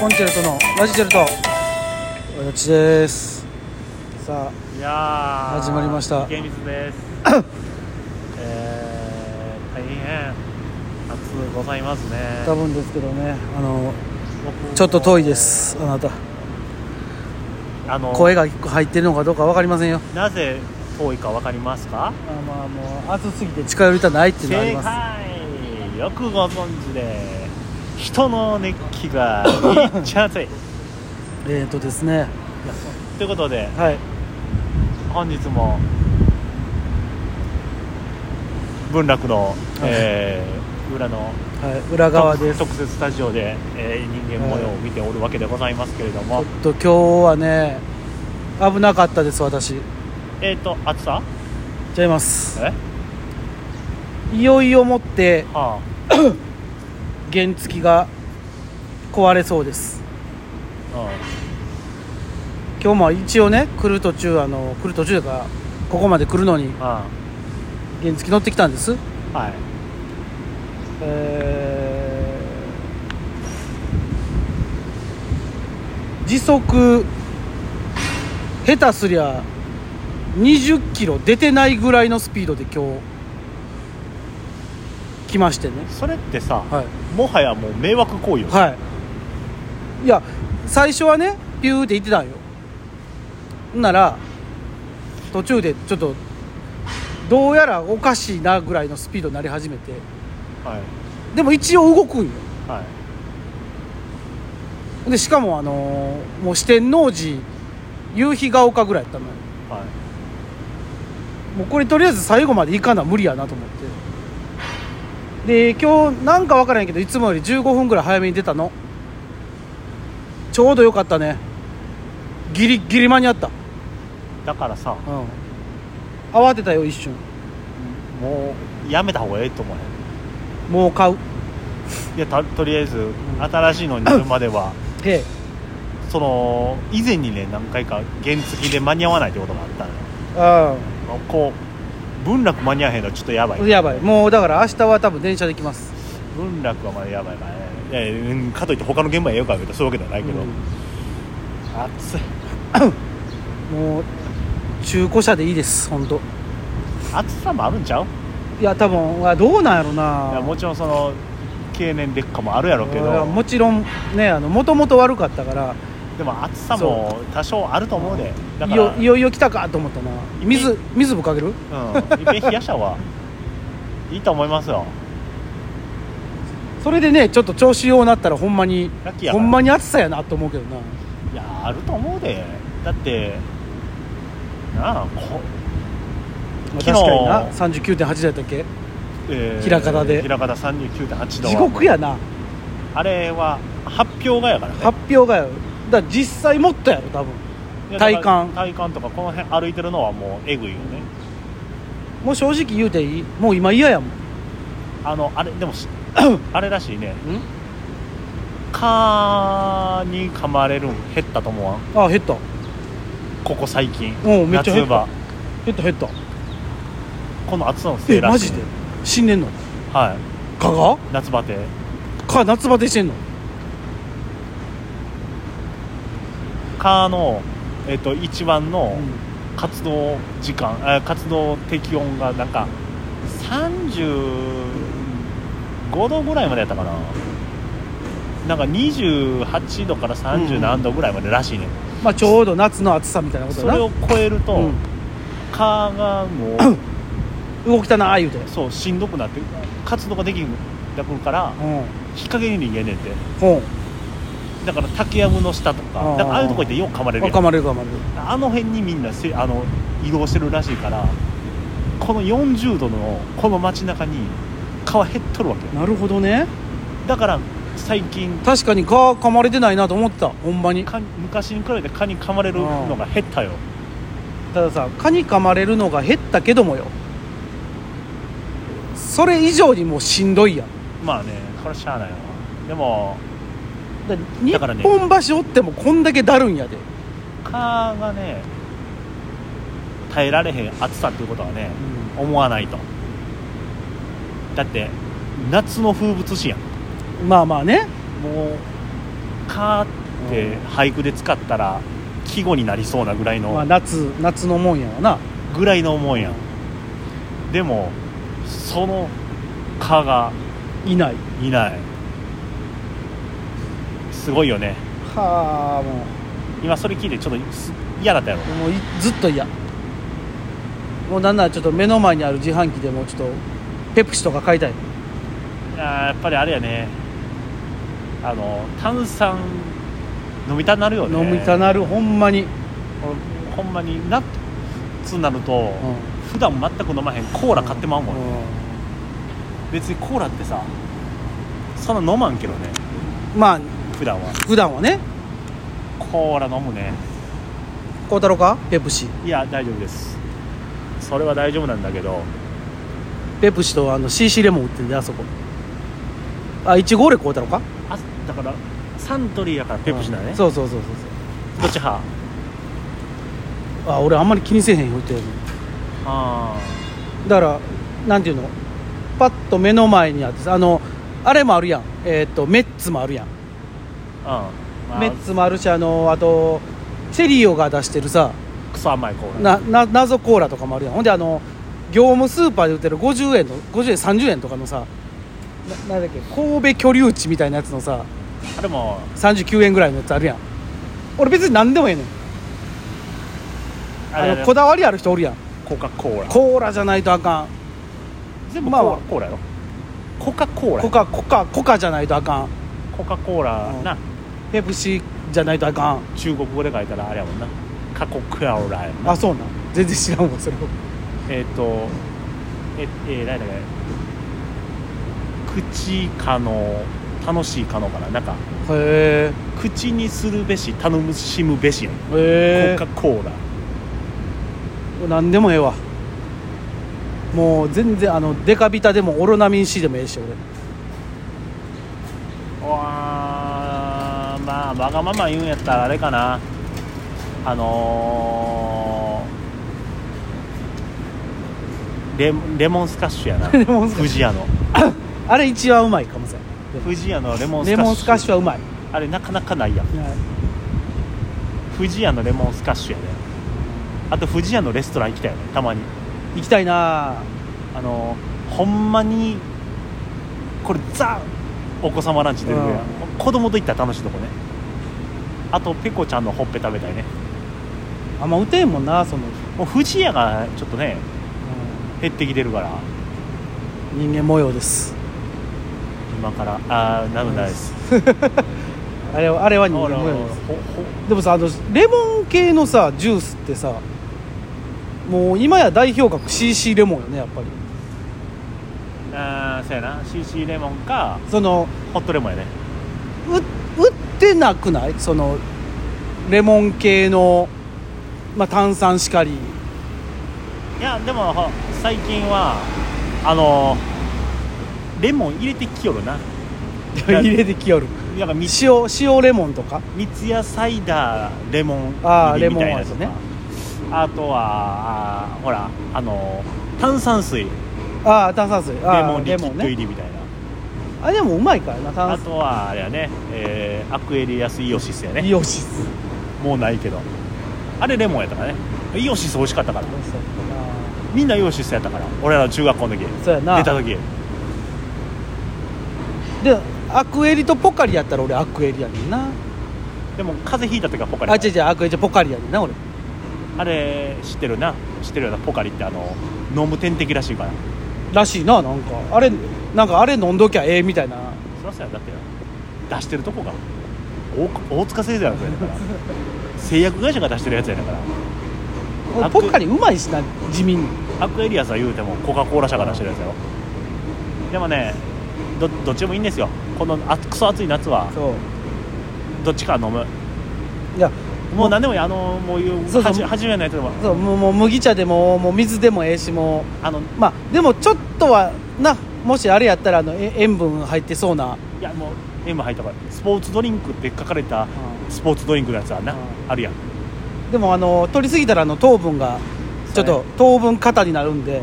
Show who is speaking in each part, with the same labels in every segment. Speaker 1: コンチェルトのラジチェルトおやちですさあ
Speaker 2: いやー
Speaker 1: 始まりました
Speaker 2: 池水です えー、大変暑うございますね
Speaker 1: 多分ですけどねあの
Speaker 2: 僕も
Speaker 1: ちょっと遠いですあなた
Speaker 2: あの
Speaker 1: 声が入ってるのかどうか分かりませんよ
Speaker 2: なぜ遠いかわかりますか
Speaker 1: あまあもう暑すぎて近寄りたないっていうのはあり
Speaker 2: 正
Speaker 1: ま
Speaker 2: 解よくご存知で人の熱気がめっちゃ熱 いいや
Speaker 1: すえーとですね
Speaker 2: そうということで
Speaker 1: はい
Speaker 2: 本日も文楽の、えー、裏の
Speaker 1: はい裏側ですちょ
Speaker 2: 特設スタジオで、えー人間模様を見ておるわけでございますけれども、
Speaker 1: っと今日はね危なかったです私
Speaker 2: えっ、と暑さ
Speaker 1: ちゃいます
Speaker 2: え
Speaker 1: いよいよもって
Speaker 2: あ
Speaker 1: 原付が壊れそうです
Speaker 2: あ
Speaker 1: 今日も一応ね来る途中あの来る途中だからここまで来るのに
Speaker 2: うんあ
Speaker 1: 原付乗ってきたんです
Speaker 2: あはい
Speaker 1: えー時速下手すりゃ20キロ出てないぐらいのスピードで今日来ましてね
Speaker 2: それってさ、
Speaker 1: はい
Speaker 2: もはやもう迷惑行為よ、
Speaker 1: はいいや最初はねピューって言ってたんよほんなら途中でちょっとどうやらおかしいなぐらいのスピードになり始めて
Speaker 2: はい
Speaker 1: でも一応動くんよ
Speaker 2: はい
Speaker 1: でしかもあのーもう四天王寺夕日が丘ぐらいやったのよ
Speaker 2: はい
Speaker 1: もうこれとりあえず最後まで行かな無理やなと思ってで今日なんか分からへんけどいつもより15分ぐらい早めに出たのちょうどよかったねギリギリ間に合った、
Speaker 2: だからさ
Speaker 1: うん、慌てたよ一瞬
Speaker 2: もうやめた方がええと思うよ
Speaker 1: もう買う
Speaker 2: いやたとりあえず新しいのになるまでは
Speaker 1: へえ
Speaker 2: その以前にね何回か原付で間に合わないってことがあったのよ
Speaker 1: あ
Speaker 2: こう文楽間に合わへんのはちょっとやばい
Speaker 1: あやばいもうだから明日は多分電車で来ます
Speaker 2: 文楽はまだやばいからねいやいやうんかといって他の現場へよくあるけどそういうわけではないけど、
Speaker 1: うん
Speaker 2: 暑い
Speaker 1: もう中古車でいいです本当
Speaker 2: 暑さもあるんちゃう
Speaker 1: いや多分あどうなんやろない
Speaker 2: やもちろんその経年劣化もあるやろうけ
Speaker 1: いや
Speaker 2: ど
Speaker 1: もちろんねあのもともと悪かったから
Speaker 2: でも暑さも多少あると思うでだか
Speaker 1: い
Speaker 2: ら
Speaker 1: よいよいよ来たかと思ったな水水ぶっかける
Speaker 2: うん一遍冷やした 方がいいと思いますよ
Speaker 1: それでねちょっと調子ようなったらほんまに
Speaker 2: ラッキーや
Speaker 1: ほ
Speaker 2: から
Speaker 1: んまに暑さやなと思うけどない
Speaker 2: やあると思うでだってなあこ、
Speaker 1: まあ確
Speaker 2: 昨日
Speaker 1: かにな39.8度やったっけ
Speaker 2: え
Speaker 1: 枚方で
Speaker 2: 平方39.8度
Speaker 1: 地
Speaker 2: は
Speaker 1: 獄やな
Speaker 2: あれは発表がやからね
Speaker 1: 発表がよだから実際もっとやろ多分
Speaker 2: いやだから
Speaker 1: 体感
Speaker 2: 体感とかこの辺歩いてるのはもうえぐいよね
Speaker 1: もう正直言うていいもう今嫌やもん
Speaker 2: あのあれでもし あれらしいね
Speaker 1: ん
Speaker 2: 蚊に噛まれるん減ったと思わん
Speaker 1: あ減った
Speaker 2: ここ最近
Speaker 1: うんめっちゃ減っ
Speaker 2: 夏
Speaker 1: た
Speaker 2: 場
Speaker 1: 減った減った
Speaker 2: この暑さのせい
Speaker 1: え
Speaker 2: らしい
Speaker 1: マジで死んでんの
Speaker 2: は
Speaker 1: 蚊が
Speaker 2: い夏バテ
Speaker 1: 蚊夏バテしてんの
Speaker 2: 蚊の、えっと一番の
Speaker 1: う
Speaker 2: 活動時間、えー活動適温がなんか35度ぐらいまでやったかななんか28度から30何度ぐらいまでらしいね、
Speaker 1: んまあちょうど夏の暑さみたいなこと
Speaker 2: そ
Speaker 1: だな
Speaker 2: れを超えると、
Speaker 1: うん
Speaker 2: 蚊がも う
Speaker 1: 動きたなあ言うて
Speaker 2: そうしんどくなって活動ができなくなるから
Speaker 1: うん
Speaker 2: 日陰に逃げんねんて
Speaker 1: ほん
Speaker 2: だから竹やぶの下と
Speaker 1: あ
Speaker 2: か
Speaker 1: ー
Speaker 2: だからああいうとこ行ってよく噛まれる
Speaker 1: あ
Speaker 2: やん
Speaker 1: 噛まれる噛まれる
Speaker 2: あの辺にみんなせあの移動してるらしいからこの40度のこの街中に蚊は減っとるわけよ
Speaker 1: なるほどね
Speaker 2: だから最近
Speaker 1: 確かに蚊噛まれてないなと思ってたほんまに
Speaker 2: 蚊昔に比べて蚊に噛まれるのが減ったよ
Speaker 1: たださ蚊に噛まれるのが減ったけどもよそれ以上にもうしんどいやん
Speaker 2: まあねこれしゃあないわでも
Speaker 1: だ
Speaker 2: だからね
Speaker 1: 日本橋おってもこんだけだるんやで
Speaker 2: 蚊がね耐えられへん暑さっていうことはね思わないとだって夏の風物詩やん
Speaker 1: まあまあね
Speaker 2: もう「か」って俳句で使ったら季語になりそうなぐらい
Speaker 1: まあ、
Speaker 2: の
Speaker 1: 夏夏のもんやわな
Speaker 2: ぐらいの思いやんでもその「か」が
Speaker 1: いない
Speaker 2: いないすごいよね
Speaker 1: はあも
Speaker 2: 今それ聞いてちょっとす嫌だったやろ
Speaker 1: うもういずっと嫌もうなんならちょっと目の前にある自販機でもうちょっとペプシとか買いたい
Speaker 2: あーやっぱりあれやねあの炭酸飲みたなるよね
Speaker 1: 飲みたなるほんまに、うん、
Speaker 2: ほんまにナッツになると、普段全く飲まへんコーラ買ってまうもん、別にコーラってさそんな飲まんけどね
Speaker 1: うんまあ
Speaker 2: 普段は
Speaker 1: 普段はね
Speaker 2: コーラ飲むね
Speaker 1: 孝太郎かペプシ
Speaker 2: いや大丈夫ですそれは大丈夫なんだけど
Speaker 1: ペプシとあの CC レモン売ってるであそこあ15俺孝太郎か
Speaker 2: あだからサントリーやからペプシだね、
Speaker 1: うん
Speaker 2: ど
Speaker 1: そうそうそうそう
Speaker 2: っち派
Speaker 1: そうあ俺あんまり気にせえへんよってる
Speaker 2: あ
Speaker 1: だからなんていうのパッと目の前にあってあのあれもあるやんえっ、とメッツもあるやん
Speaker 2: あうん、まあ、
Speaker 1: メッツもあるしあのあとセリオが出してるさ
Speaker 2: クソ甘いコーラ
Speaker 1: なな謎コーラとかもあるやんほんであの業務スーパーで売ってる50円の50円30円とかのさななんだっけ神戸居留地みたいなやつのさ
Speaker 2: あれも
Speaker 1: 39円ぐらいのやつあるやん俺別に何でもええねん
Speaker 2: あれ
Speaker 1: あのこだわりある人おるやん
Speaker 2: コカ・コーラ
Speaker 1: コーラじゃないとあか
Speaker 2: 全部
Speaker 1: まあ
Speaker 2: コーラコーラよコカ・コ
Speaker 1: ん
Speaker 2: ーラ
Speaker 1: コカコカコカじゃないとあかん
Speaker 2: コカ・コーラ
Speaker 1: うん
Speaker 2: な
Speaker 1: ペプシじゃないとあかん
Speaker 2: 中国語で書いたらあれやもんなカコ・クラオラやもんな
Speaker 1: あそうなん全然知らんわそれ
Speaker 2: えっ、とええー、何だっけ口可能楽しい可能かななんか
Speaker 1: へ
Speaker 2: 口にするべし楽しむべしやん
Speaker 1: えへえ
Speaker 2: コカ・コーラ
Speaker 1: 何でもええわもう全然あのデカビタでもオロナミン C でもええし俺
Speaker 2: わーまあわがまま言うんやったらあれかなあのーレレモンスカッシュ やな
Speaker 1: レモンスカッシュ
Speaker 2: 富士屋の
Speaker 1: あれ一番うまいかもしれん
Speaker 2: 富士屋のレモンスカッシ
Speaker 1: レ
Speaker 2: ュ
Speaker 1: モンスカッシュはうまい
Speaker 2: あれなかなかないやん富士屋のレモンスカッシュやねあと富士屋のレストラン行きたいよねたまに
Speaker 1: 行きたいな
Speaker 2: あのーほんまにこれザお子様ランチ出てくるやん、子供と行ったら楽しいとこねあとペコちゃんのほっぺ食べたいね
Speaker 1: あんま打てんもんなその、
Speaker 2: もう富士屋がちょっとね
Speaker 1: う
Speaker 2: 減ってきてるから
Speaker 1: ん人間模様です
Speaker 2: 今からああなるないです
Speaker 1: あれはあれは
Speaker 2: あ
Speaker 1: 人
Speaker 2: らほ
Speaker 1: 間模様です
Speaker 2: ほ
Speaker 1: でもさあのレモン系のさジュースってさもう今や代表格 CC レモンよねやっぱり
Speaker 2: あーそうやな CC レモンか
Speaker 1: その
Speaker 2: ホットレモンやね
Speaker 1: う売ってなくないそのレモン系の、まあ、炭酸しかり
Speaker 2: いやでもほ最近はあのーレモン入れてきよるなや
Speaker 1: 入れてきよる
Speaker 2: なんかみ三
Speaker 1: 塩塩レモンとか
Speaker 2: ツ矢サイダーレモン
Speaker 1: あー
Speaker 2: 入れみたいなやつとか
Speaker 1: レモン
Speaker 2: あとはあーほらあのー炭酸水レ
Speaker 1: ああ炭酸水ああ
Speaker 2: モンリキッド入
Speaker 1: ね
Speaker 2: りみたいな
Speaker 1: あでもうまいからな
Speaker 2: あ
Speaker 1: 炭
Speaker 2: とはあれやね、えーアクエリアスイオシスやね
Speaker 1: 酸イオシス
Speaker 2: もうないけどあれレモンやったからねイオシス美味しかったから
Speaker 1: あ
Speaker 2: みんなイオシスやったから俺らの中学校の時
Speaker 1: あそうやな
Speaker 2: 出た時
Speaker 1: でアクエリとポカリやったら俺アクエリやねんな
Speaker 2: でも風邪ひいた時はポカリ
Speaker 1: あ違う違うアクエリじゃポカリやねんな俺
Speaker 2: あれ知ってるな知ってるよなポカリってあの飲む点滴らしいから
Speaker 1: らしいななんかあれなんかあれ飲んどきゃええみたいな
Speaker 2: そらそうやだって出してるとこが大大塚製剤なんだから製薬会社が出してるやつやだからアク
Speaker 1: ポカリうまいしな地味に
Speaker 2: アクエリアスは言うてもコカ・コーラ社が出してるやつやろでもねどどっちでもいいんですよこのあクソ暑い夏は
Speaker 1: そ
Speaker 2: どっちか飲む
Speaker 1: ういや
Speaker 2: もう何でもいいあのもういう
Speaker 1: そうそう
Speaker 2: はじ初めのやつでも
Speaker 1: そうもうもう麦茶でももう水でもええしも
Speaker 2: あの
Speaker 1: うまあでもちょっとはなもしあれやったらあのえ塩分入ってそうない
Speaker 2: やもう M 入ったからスポーツドリンクって書かれたスポーツドリンクのやつはな、
Speaker 1: うん
Speaker 2: あるやん
Speaker 1: でもあの取りすぎたらあの糖分がちょっ
Speaker 2: そ
Speaker 1: と
Speaker 2: う
Speaker 1: 糖分過多になるんで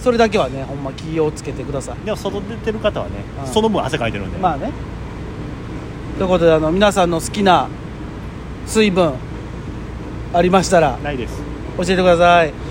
Speaker 1: それだけはねほんま気をつけてください
Speaker 2: でも外出てる方はね、
Speaker 1: うん
Speaker 2: その分汗かいてるんで、
Speaker 1: まあねということであの皆さんの好きな水分ありましたら
Speaker 2: ないです
Speaker 1: 教えてください